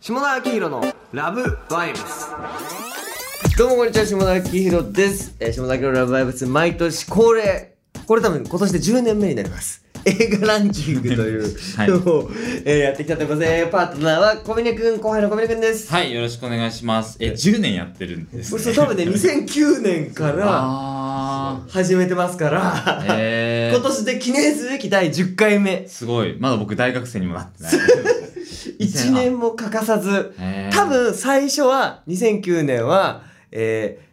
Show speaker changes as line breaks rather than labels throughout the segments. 下田明宏のラブバイブス
どうもこんにちは、下田明宏です。えー下田明宏ラブバイブス、毎年恒例、これ多分今年で10年目になります。映画ランキングという
はい
のを、えーやってきたと思います。えーパートナーは小峰くん、後輩の小峰くんです。
はい、よろしくお願いします。え、10年やってるんです、
そ
ね。
う多分ね、2009年から
あ
始めてますから、
ー。えー、
今年で記念すべき第10回目、
すごい。まだ僕大学生にもなってない。
1年も欠かさず、
えー
多分最初は、2009年は、えー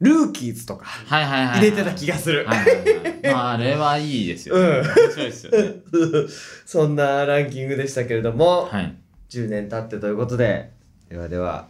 ルーキーズとか
はいはいはい、はい。
入れてた気がする。
はいはいはい。まあ、あれはいいですよ、ね。
うん
面白いですよね。
そんなランキングでしたけれども、
はい。
10年経ってということでではでは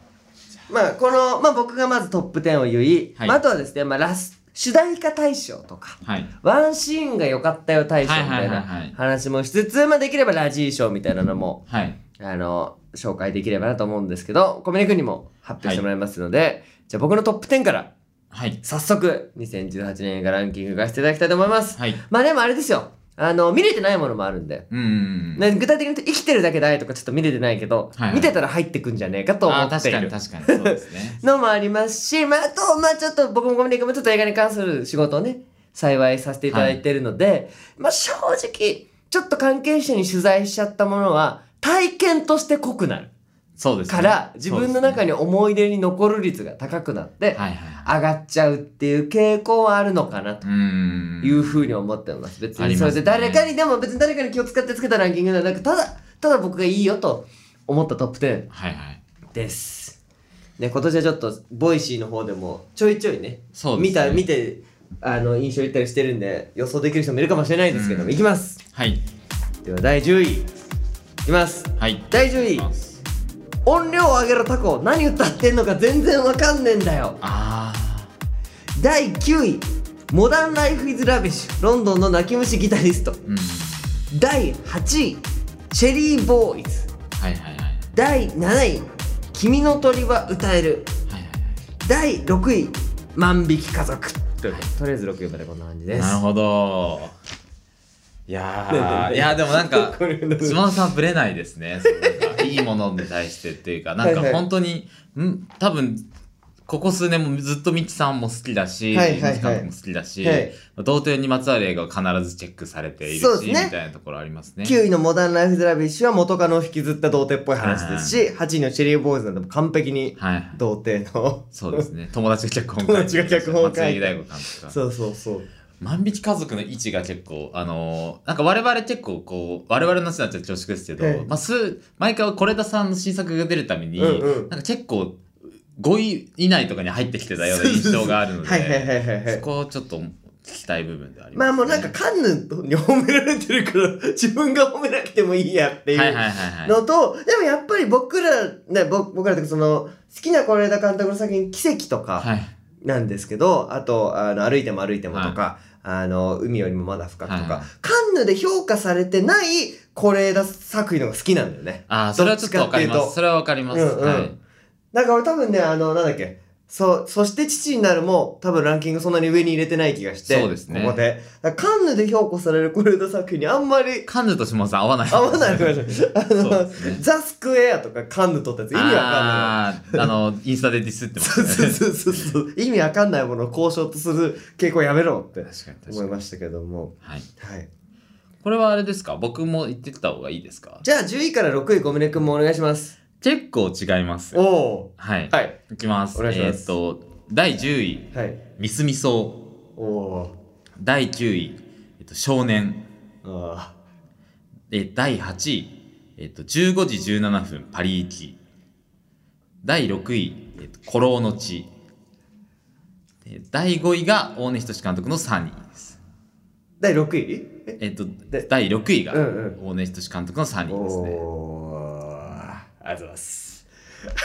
まあこの、まあ、僕がまずトップ10を言い、
はい
まあ、あとはですね、まあ、ラス主題歌大賞とか
はい。
ワンシーンが良かったよ大賞みたい
はいは
ない
はいはい
話もしつつ、まあ、できればラジー賞みたいなのも
はい。
あの紹介できればなと思うんですけど小峰君にも発表してもらいますので、じゃあ僕のトップ10から
はい。
早速2018年映画ランキングがしていただきたいと思います、
はい。
まあでもあれですよあの見れてないものもあるんで
うんうんうん。
ね、具体的に言うと生きてるだけだいとかちょっと見れてないけど、
はいはい
見てたら入ってくんじゃねえかと思
あー
って
確
い
かに
る。
確かに。そうですね
のもありますし、まあ、あと、まあ、ちょっと僕もごめんね、もちょっと映画に関する仕事をね、幸いさせていただいてるので、まあ、正直、ちょっと関係者に取材しちゃったものは、体験として濃くなる
そうですね。
から、自分の中
に。
に思い出に残る率が高くなって、
はいはいはい。
上がっちゃうっていう傾向はあるのかなと。
うんうんうん。
いうふうに思ってます。別
あ
に
り
そ
ま
れ
す
で
ね
誰かにでも別に誰かに気を使ってつけたランキングではなくただただ僕がいいよと思ったトップ10
はいはい。
です。ね今年はちょっとボイシーの方でもちょいちょいね
そうですね
見た見てあの印象いったりしてるんで予想できる人もいるかもしれないですけども、
うん
いきます
はい。
では第10位いきます
はい。
第10位音量を上げろタコ何歌ってんのか全然わかんねえんだよ
あ
第9位モダンライフイズラビッシュロンドンの泣き虫ギタリスト
ー。うん。
第8位チェリーボーイズ
はいはいはい。
第7位君の鳥は歌える
はいはいはい。
第6位万引き家族と,、
は
り
い
あえず6位までこんな感じです
なるほど。いや
ねえねえね
ー、
え
いやでもな んか
これの、
島田さんぶれないですね。そのなんかいいものに対してっていうか、なん か
はいはい
本当に、ん多分、ここ数年もずっとミキさんも好きだし、
はいはいはい
ミキ監督も好きだし、
はい
童貞にまつわる映画は必ずチェックされているし、
そうですね
みたいなところありますね。
9位のモダンライフズラビッシュは元カノを引きずった童貞っぽい話ですし、8位のチェリーボーイズなんても完璧に
はい。
童貞の、
そうですね。友達が脚本
友達が脚本を書いて
松井大吾監督が。
そうそうそう
万引き家族の位置が結構あのーなんか我々結構こう我々の話になっちゃ恐縮ですけど、
ええ
まあ、す毎回是枝さんの新作が出るため
う
に、
んうん
なんか結構5位以内とかに入ってきてたような印象があるので
はいはいはいはいは
そ
い
こをちょっと聞きたい部分ではあります、
まあもうなんかカンヌに褒められてるから自分が褒めなくてもいいやっていう
はいはいはいはい
のと、でもやっぱり僕ら、ね、僕僕らというかその、好きな是枝監督の作品、奇跡とか
はい
なんですけど、あと、あの、歩いても歩いてもとか、あの、海よりもまだ深くとか、
はいはい
カンヌで評価されてない是枝作品の方が好きなんだよね。
ああそれはちょっとわかりま
どっちかっていうと
すそれはわかります、
うんうん
はい
だから俺多分ね、あの、なんだっけ、そ、そして父になるも、多分ランキングそんなに上に入れてない気がして、
そうですね
ここで。だからカンヌで評価される是枝作品にあんまり
カンヌと島田さん合わない
合わないかもしれない。あ
そう
の、
ですね
ザ・スクエアとかカンヌ撮ったやつ意味わかんない。
あーあのインスタでディスってま
そう
す
そう
ね
そうそうそう意味わかんないものを交渉とする傾向やめろって
確かに確
思
か
い
に、
ましたけども
はい、
はい
これはあれですか僕も言ってた方がいいですか
じゃあ10位から6位小峰君もお願いします
結構違います
お。お
はい。
はい
いきます。
お願いします
えーっと、第10位、
はい
ミスミソ
おお
ウ。第9位、えっと、少年。
ーあ
えー第8位、えっと、15時17分、パリ行き。第6位、えっと、古老の地。で第5位が大根仁志監督のサニーです。
ー第6位え
えっと
で、
第6位が
うん
大根仁志監督のサニーですね。
おーありがとうございます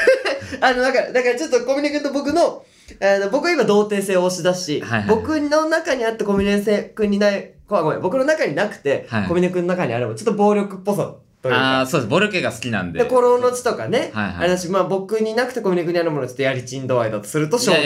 あのだからだからちょっと小峰君と僕のあの僕は今童貞性を押し出し、
はいはい
僕の中にあった小峰君にないこごめん僕の中になくて、
はい
小峰君の中にあればちょっと暴力っぽさという
ああー、
か。
そうです。ボルケが好きなんで。
で、コロの地とかね、
はいはい
あれだし、まあ僕になくて小峰君にあるものをちょっとやりちん度合いだとすると、
い
少
や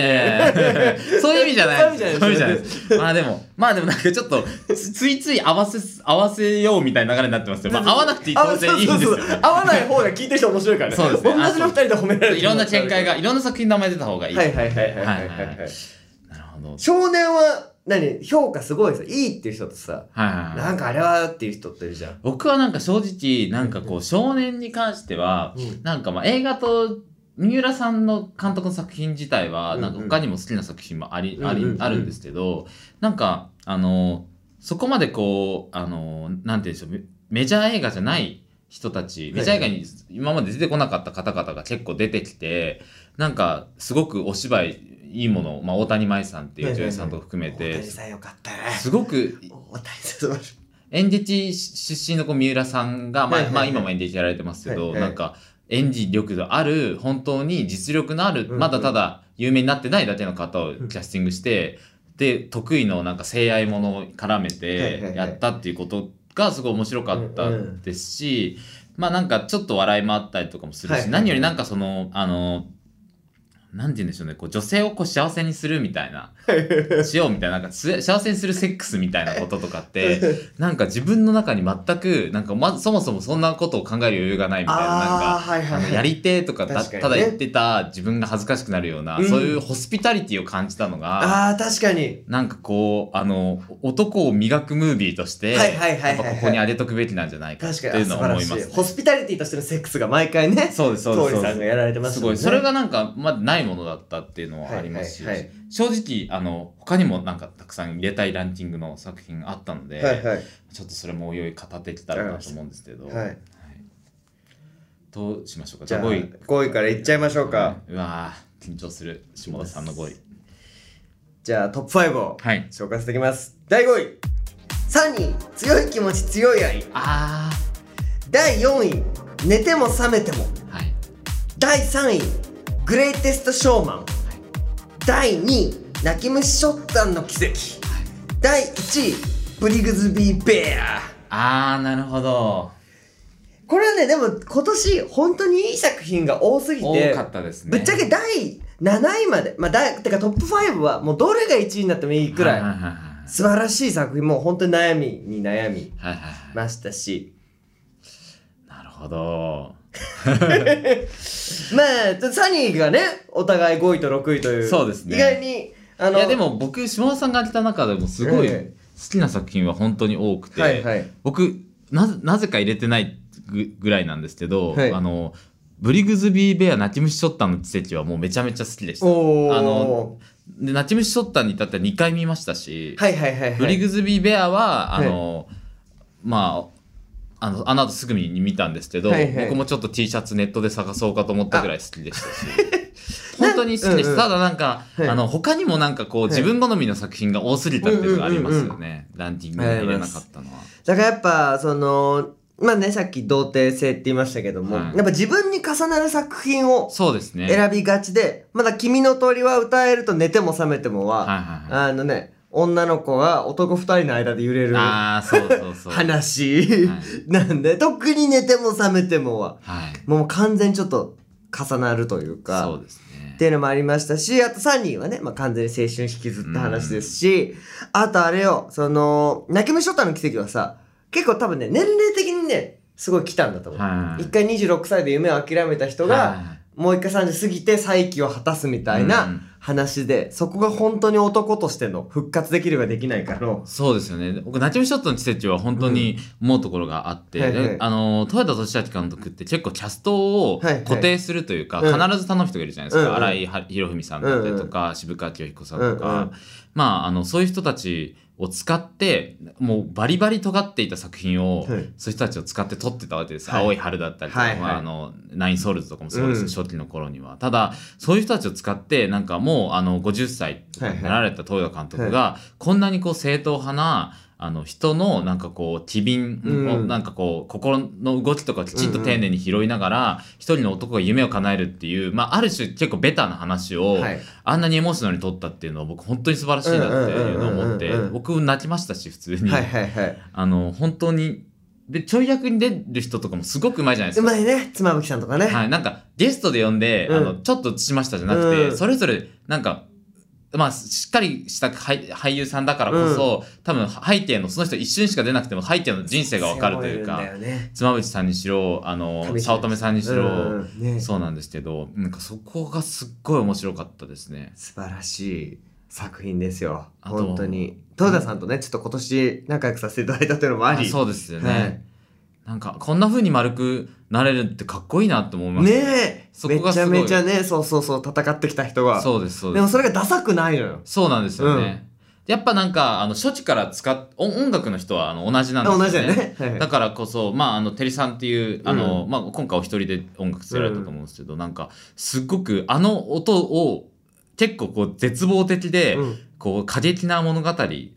い
年。
やいやいや そういう意味じゃないです。
そういう意味じゃないで
そういう意味じゃないです。まあでも、まあでもなんかちょっと、つついつい合わせ、合わせようみたいな流れになってますよ。まあ合わなくていい
あ
当然いいんですよ
そうそうそう合わない方が聞いてる人面白いからね。
そうですね
同じの二人で褒められ
ね。
る。
いろんな見解。が、いろんな作品の名前出た方がいい。
はいはいはいはいはい
はいは
はいい
は
はいい。
なるほど。はい
少年は、何評価すごいさ、いいっていう人とさ、
はいはい。
なんかあれはっていう人っているじゃん。
僕はなんか正直、なんかこう、少年に関しては、
うん
なんかまあ映画と、三浦さんの監督の作品自体は、
うん
なんか他にも好きな作品もあり、あり、
うんうんうん
あるんですけど、なんか、あの、そこまでこう、あの、なんて言うんでしょうメ、メジャー映画じゃない人たち、メジャー映画に今まで出てこなかった方々が結構出てきて、なんか、すごくお芝居、いいもの、まあ、大谷舞さんっていう女優さんと含め
大
て
谷、さんよかったね。
すごく
大谷さん素晴らしい。
演劇出身のこう三浦さんが、ま
はい
あ
はい
まあ、今も演劇やられてますけ
は
ど、
いはい
なんか演技力のある本当に実力のある、
んうん
まだただ有名になってないだけの方をキャスティングして、で得意のなんか性愛ものを絡
はいは
めて
いは
や
い
ったっていうことがすごい面白かったですし、まあなんかちょっと笑いもあったりとかもするし、
はいはい
何よりなんかそのあのなんて言うんでしょうねこう女性をこう幸せにするみた いな。しようみたいな、なんかす幸せにするセックスみたいなこととかって、なんか自分の中に全く、なんかま、そもそもそんなことを考える余裕がないみたいな、なん
ああ
か、
ー、はい
あ
はいは
の
い。
やり手とかだ
確かにね
ただ言ってた自分が恥ずかしくなるような、
うん
そういうホスピタリティを感じたのが、
ああ、確かに。
なんかこう、あの、男を磨くムービーとして、
はいはいはいは
や
い
っ
は
ぱ
い
ここに挙げとくべきなんじゃないかっ
確
て
か
い
に、あ
うの
素晴
を思
ら
い
し
ま
い。
す。
ホスピタリティとしてのセックスが毎回ね、
そうです、そう
桃
で
李
す。そう
さ
で
ん
す
がやられてますした
ご
もん
い
ね。
それがなんかまだないものだったっていうのはありますし、
はいはいはい
正直あの他にもなんかたくさん入れたいランキングの作品があったので、
はいはい。
ちょっとそれもおいおい語っていけたらなと思うんですけど、
はい
はいどうしましょうかじ
じ
ゃあ
ゃあ、
5位
5位からいっちゃいましょうか。
うわー緊張する下田さんの5位
じゃあ、トップ5を
はい
紹介していきます。第5位、サニー、強い気持ち、強い愛。
あ
第4位、寝ても覚めても。
ーはい
第3位、グレイテストショーマン。第2位、泣き虫ショッタンの奇跡。第1位、ブリグズビー・ベア。
あーなるほど
これはね、でも今年本当にいい作品が多すぎて、
多かったですね
ぶっちゃけ第7位まで、まあ、だてかトップ5はもうどれが1位になってもいいくらい、
はいはいはい
素晴らしい作品、もう本当に悩みに悩み
はいはいはい
ましたし、
なるほど
まあ、サニーがね、お互い5位と6位という、
そうですね
意外に、あの、
いやでも僕下田さんが挙げた中でもすごい好
え
きな作品は本当に多くて、
はいはい
僕なぜなぜか入れてないぐぐらいなんですけど、
はい
あのブリグズビー・ベア・ナチムシ・ショッタンの奇跡はもうめちゃめちゃ好きでした。
おー
あのでナチムシ・ショッタンに至っては2回見ましたし、
はいはいはいはい。
ブリグズビー・ベアはあの、まああのあの後すぐに見たんですけど、
はいはい
僕もちょっと T シャツネットで探そうかと思ったぐらい好きでしたし 本当に好き
なん
で
う
し
んう
た
ん
ただなんか、
はい
あの他にもなんかこう
い
自分好みの作品が多すぎたっていうのがありますよね、ランキングに入れなかったのは。
だからやっぱそのまあねさっき童貞性って言いましたけども、
はい
やっぱ自分に重なる作品を
そうですね。
選びがちで、まだ「君の鳥は歌えると寝ても覚めてもは」
はいはい
あのね女の子が男二人の間で揺れる
ああ、そうそう そう。
話
はい
なんで特に寝ても覚めてもは
はい。
もう完全にちょっと重なるというか
そうですね
っ。ていうのもありましたし、あとサニーはね、まあ、完全に青春引きずった話ですし、あとあれよ、その、泣き虫ショッタの奇跡はさ、結構多分ね、年齢的にね、すごい来たんだと思う。
はい
一回26歳で夢を諦めた人が、
はい
もう一回30過ぎて再起を果たすみたい
うん
な話で、そこが本当に男としての復活できるかできないかの、
そうですよね。僕、ナチュムショットの季節は本当に思うところがあって、
はいはい
であの、豊田俊明監督って結構キャストを
はいはい
固定するというか、
うん
必ず頼む人がいるじゃないですか。
うんうん
荒井は博文さんだったりとか、渋川清彦さんとか、
うんうん
まあ、あの、そういう人たちを使って、もうバリバリ尖っていた作品を、
はい
そういう人たちを使って撮ってたわけです。
はい
青い春だったりとか、
はいはい
まああの、ナインソウルズとかもそうです、
うん
初期の頃には。ただ、そういう人たちを使って、なんかもう、あの、50歳とかになられた豊田監督が、こんなにこう、正統派な、あの、人の、なんかこう、機敏を、
うん
なんかこう、心の動きとかきちんと丁寧に拾いながら、一、人の男が夢を叶えるっていう、まあ、ある種結構ベタな話を、
はい
あんなにエモーショナルに撮ったっていうのは、僕本当に素晴らしいなっていうのを思って
うんうんうんうんうんう、ん
僕泣きましたし、普通に。
はいはいはい。
あの、本当にで、ちょい役に出る人とかもすごくうまいじゃないで
う
すか。
まいね妻夫木さんとかね、
はい。なんか、ゲストで呼んで、
うん
あの、ちょっとしましたじゃなくて、
うん
それぞれ、なんか、まあ、しっかりした俳俳優さんだからこそ、多分背景の、その人一瞬しか出なくても背景の人生がわかるというか
背、負えるんだよね
妻夫木さんにしろ、あの
上、白石
早乙女さんにし
うんう
ろ、
んね
そうなんですけど、なんかそこがすっごい面白かったですね。
素晴らしい作品ですよ
あと
本当に豊田さんとねちょっと今年仲良くさせていただいたっていうのもあ
あ
り
そうですよね。
はい
なんか、こんな風に丸くなれるってかっこいいなって思いました。
ねえ
そこ
め
が
ち
す
ゃ
ごい
めちゃねそうそうそう戦ってきた人が
そうです、そうで。
ですもそれがダサくないのよ
そうなんですよね。やっぱなんか、あの、初期から使っ、音音楽の人はあの同じなんですよね。
同じだよねはい
だからこそ、まあ、あの、テリさんっていう、あの、まあ、今回お一人で音楽やられたと思うんですけど、なんか、すっごく、あの音を、結構こう、絶望的で、
うん
こう、過激な物語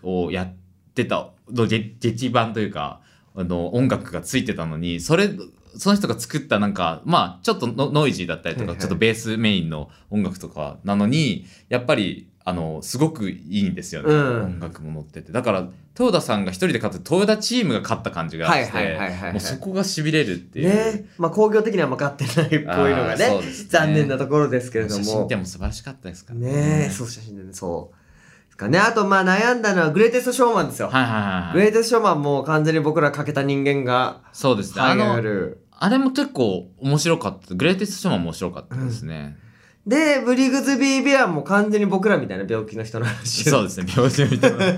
をやってた、の劇劇版というか、あの、音楽がついてたのに、それ、その人が作ったなんか、まあ、ちょっとノノイジーだったりと
は
か、
いはい
ちょっとベースメインの音楽とかなのに、やっぱり、あの、すごくいいんですよね。
うん
音楽も乗ってて。だから、豊田さんが一人で勝って、豊田チームが勝った感じがして、
はいはいはいはいはい
もうそこが痺れるっていう。
ねまあ工業的には分かってないっぽいのが
あーそ
ね
うですね
残念なところですけれど
写真
も
展も素晴らしかったですから
ねえそう写真でねそうですかねあとまあ悩んだのはグレイテストショーマンですよ
はいはい
グ
はい。
レイテストショーマンもう完全に僕ら欠けた人間が
そうですね。
あ
あ
が
の、
る
あれも結構面白かった。グレイテストショーマンも面白かったですね。
でブリグズビー・ビアンも完全に僕らみたいな病気の人の話
そう ですね。病気みたいな。確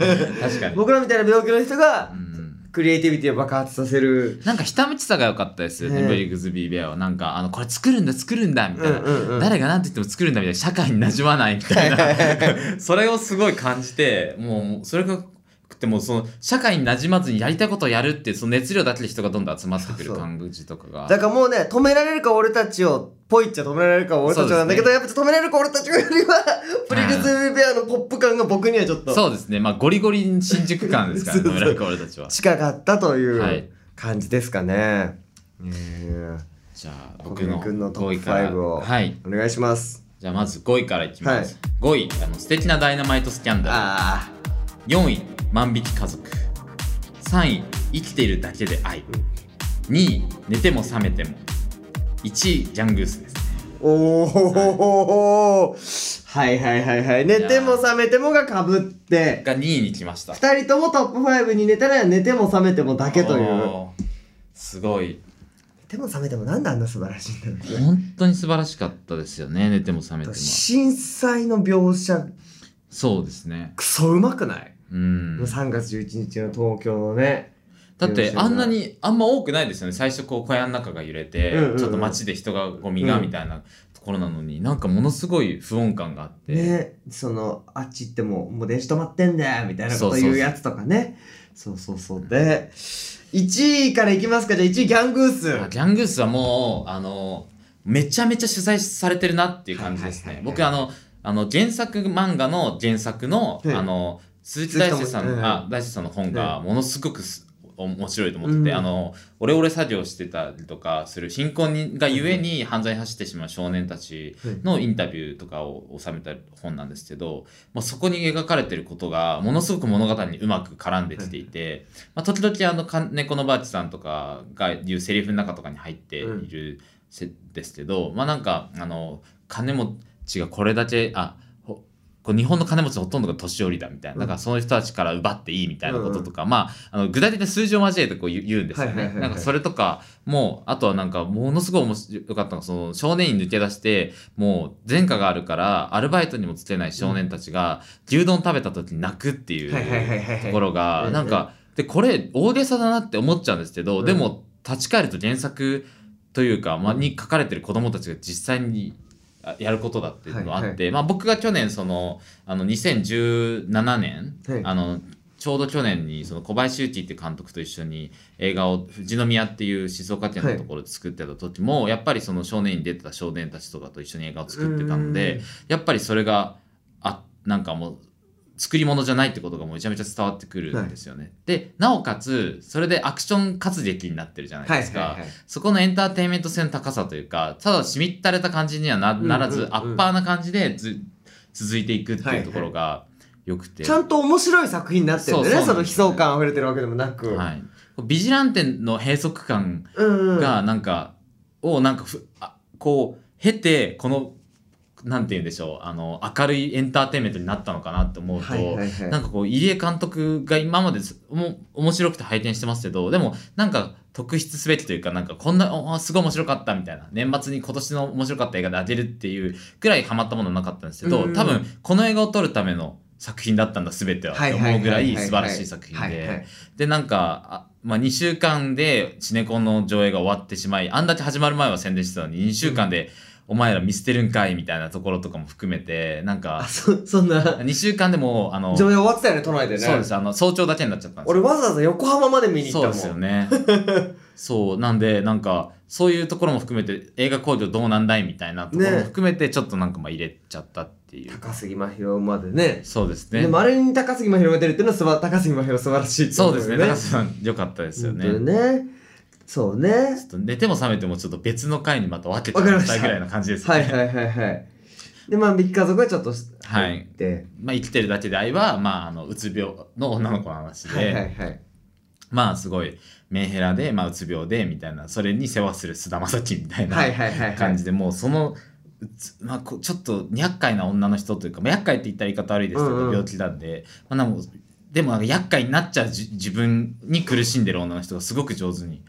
かに。
僕らみたいな病気の人が
うん
クリエイティビティを爆発させる
なんかひたむきさが良かったですよね、
ね
ブリグズビー・ベアは。なんか、あの、これ作るんだ、作るんだ、みたいな。
うんうんうん
誰が何と言っても作るんだ、みたいな。社会に馴染まない、みたいな。 それをすごい感じて、もう、それが、でもその社会に馴染まずにやりたいことをやるっていうその熱量だけで人がどんどん集まってく
そ
る
うそう
感じとかが
だからもうね止められるか俺たちをぽいっちゃ止められるかは俺たちをなんだけど、やっぱ止められるか俺たちより はブリグズビー・ビアンのポップ感が僕にはちょっと
そうですねまあゴリゴリ新宿感ですから ね
そうそう
村岡俺たちは
近かったとい
はいう
感じですかね。え
じゃあ
ー
僕の
国民君のト
5
ッ
位
プ
から
5を、
はい
お願いします。
じゃあまず5位からいきます、5位あの素敵なダイナマイトスキャンダル
あ
4位万引き家族3位生きているだけで愛2位寝ても覚めても1位ジャングースですね
あ、おお、はい、はいはいはい寝ても覚めてもがかぶって
が2位に来ました
2人ともトップ5に寝たら寝ても覚めてもだけという寝
おーすごい
ても覚めてもなんであんな素晴らしいんだろうね
本当に素晴らしかったですよね寝ても覚めても
震災の描写
そうですね
クソうまくない、
うん
もう3月11日の東京のね
だってあんなにあんま多くないですよね最初こう小屋の中が揺れて、
うんうんうん
ちょっと街で人がゴミが
うん
みたいなところなのに、なんかものすごい不穏感があって、
ね、そのあっち行ってももう電車止まってんだよみたいなこと言うやつとかねそうそうそうで1位からいきますかじゃあ1位ギャングース
あギャングースはもうあのめちゃめちゃ取材されてるなっていう感じです
はいは
ね
いはい
僕あのあの原作漫画の原作の、
はい
あの鈴木大輔さん、
鈴木さんも
あ大輔さんの本がものすごくす面白いと思ってて、
うん
あのオレオレ作業してたりとかする貧困人がゆえに犯罪に走ってしまう少年たちのインタビューとかを収めた本なんですけど、まあ、そこに描かれてることがものすごく物語にうまく絡んできていて、まあ、時々あのか猫のばあちさんとかが言うセリフの中とかに入っているせ、ですけどまあなんかあの金持ちがこれだけあほこう日本の金持ちのほとんどが年寄りだみたいな、だからそういう人たちから奪っていいみたいなこととか、まああの具体的な数字を交えてこう言う言うんですよ
はいはい
ね
はい。はい
なんかそれとかもうあとはなんかものすごい面白かったのがその少年院抜け出してもう前科があるからアルバイトにもつけない少年たちが牛丼食べた時に泣くっていう
はいはいはいはいはい
ところ
うん
が
うん
なんかでこれ大げさだなって思っちゃうんですけ
う
ど
ん
でも立ち返ると原作というか、まあ、に書かれてる子供たちが実際にあやることだっていうのがあって、
はい
まあ、僕が去年そのあの2017年、
はい
あのちょうど去年にその小林幸っていう監督と一緒に映画を富士宮っていう静岡県のところで作ってた時も、やっぱりその少年に出てた少年たちとかと一緒に映画を作ってたの
うん
でやっぱりそれがあなんかもう作り物じゃないってことがもうめちゃめちゃ伝わってくるんですよね。でなおかつそれでアクション活劇になってるじゃないですか、
はいはいはい
そこのエンターテインメント性の高さというかただしみったれた感じにはなならず、
うんうんうん
アッパーな感じでず続いていくっていうところが、良くて。
ちゃんと面白い作品になってるんだよね。
そう
そ
そうな
の
んです
悲壮感溢れてるわけでもなく。
はい。ビジランテの閉塞感
うんうん。
が、なんか、を、なんかふあ、こう、経て、この、なんて言うんでしょう、あの、明るいエンターテインメントになったのかなって思うと、
はいはいはい。
なんかこう、入江監督が今まですおも面白くて拝見してますけど、でもなんか特筆すべきというか、なんかこんな、おすごい面白かったみたいな、年末に今年の面白かった映画で当てるっていうくらいハマったものなかったんですけど、
うん
多分この映画を撮るための作品だったんだ、すべては。っ
は
て
いはい
思う
はい
ぐ
は
ら
い
い素晴らしい作品
はいは
で
い。
で、なんか、あまあ、2週間でシネコンの上映が終わってしまい、あんだけ始まる前は宣伝してたのに、2週間でお前ら見捨てるんかいみたいなところとかも含めて、なん
あ、
か、
そ、 そんな、
2週間でも、あの、
上映終わってたよね、都内でね。
そうです。あの、早朝だけになっちゃったんです
俺
よ。
わざわざ横浜まで見に行っ
そ
た
う
もん。
ですよね。 そう。なんで、なんか、そういうところも含めて、映画工業どうなんだいみたいなところも含めて、ちょっとなんかまあ入れちゃったっていう。
高杉真宙までね。
そうです
で
ね。
もあれに高杉真宙が出るっていうのはすば高杉真宙素晴らしいってこ
そ
と
う
だ
で
よ
すね。高橋さん、良かったですよね。
本当にね。そうね。
ちょっと寝ても覚めても、ちょっと別の回にまた分けて
わかりました
たぐらいな感じですね。
はいはいはいはい。で、まあ、三木家族はちょっと入って、
まあ、生きてるだけで愛は、まあ、あの、うつ病の女の子の話で、
はいはいはい。
まあ、すごい、メンヘラで、まあ、うつ病で、みたいな、それに世話する菅田将暉みたいな、
はいはいはいはい。
感じで、もうその、うつまあ、こうちょっと厄介な女の人というか、まあ、厄介って言ったら言い方悪いですけど、
うんうん
病気なんで、まあ、なんかでもなんか厄介になっちゃうじ自分に苦しんでる女の人がすごく上手に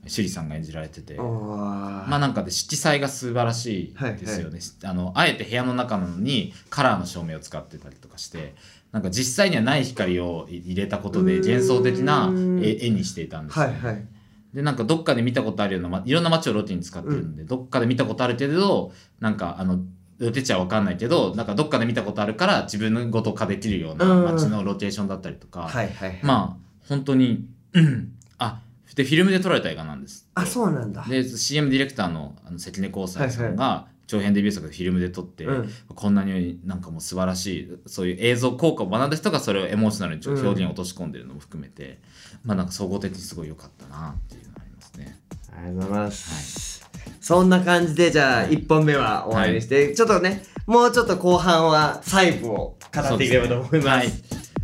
趣里さんが演じられてて。
おー
まあなんかで色彩が素晴らしいですよね、あのあえて部屋の中なのにカラーの照明を使ってたりとかしてなんか実際にはない光を入れたことで
うーん
幻想的な絵絵にしていたんですよ
は
ね
いはい。
でなんかどっかで見たことあるような、ま、いろんな街をロケに使ってるんで、どっかで見たことあるけれどなんかあのロケ地は分かんないけどなんかどっかで見たことあるから自分のごと化できるような
うん
街のロケーションだったりとか、
はいはいはい。
まあ本当にうんあでフィルムで撮られた映画なんです
あ、そうなんだ。
で CM ディレクターのあの関根光斎さんが、長編デビュー作でフィルムで撮って、
うん
こんなになんかもう素晴らしいそういう映像効果を学んだ人がそれをエモーショナルに表現に落とし込んでるのも含めて、まあなんか総合的にすごい良かったなっていうのがありますね。
ありがとうございます。そんな感じで、じゃあ、1本目は終わりにして、ちょっとね、もうちょっと後半は細部を語っていければと思います。
はい。よ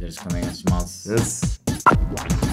ろしくお願いします。
よし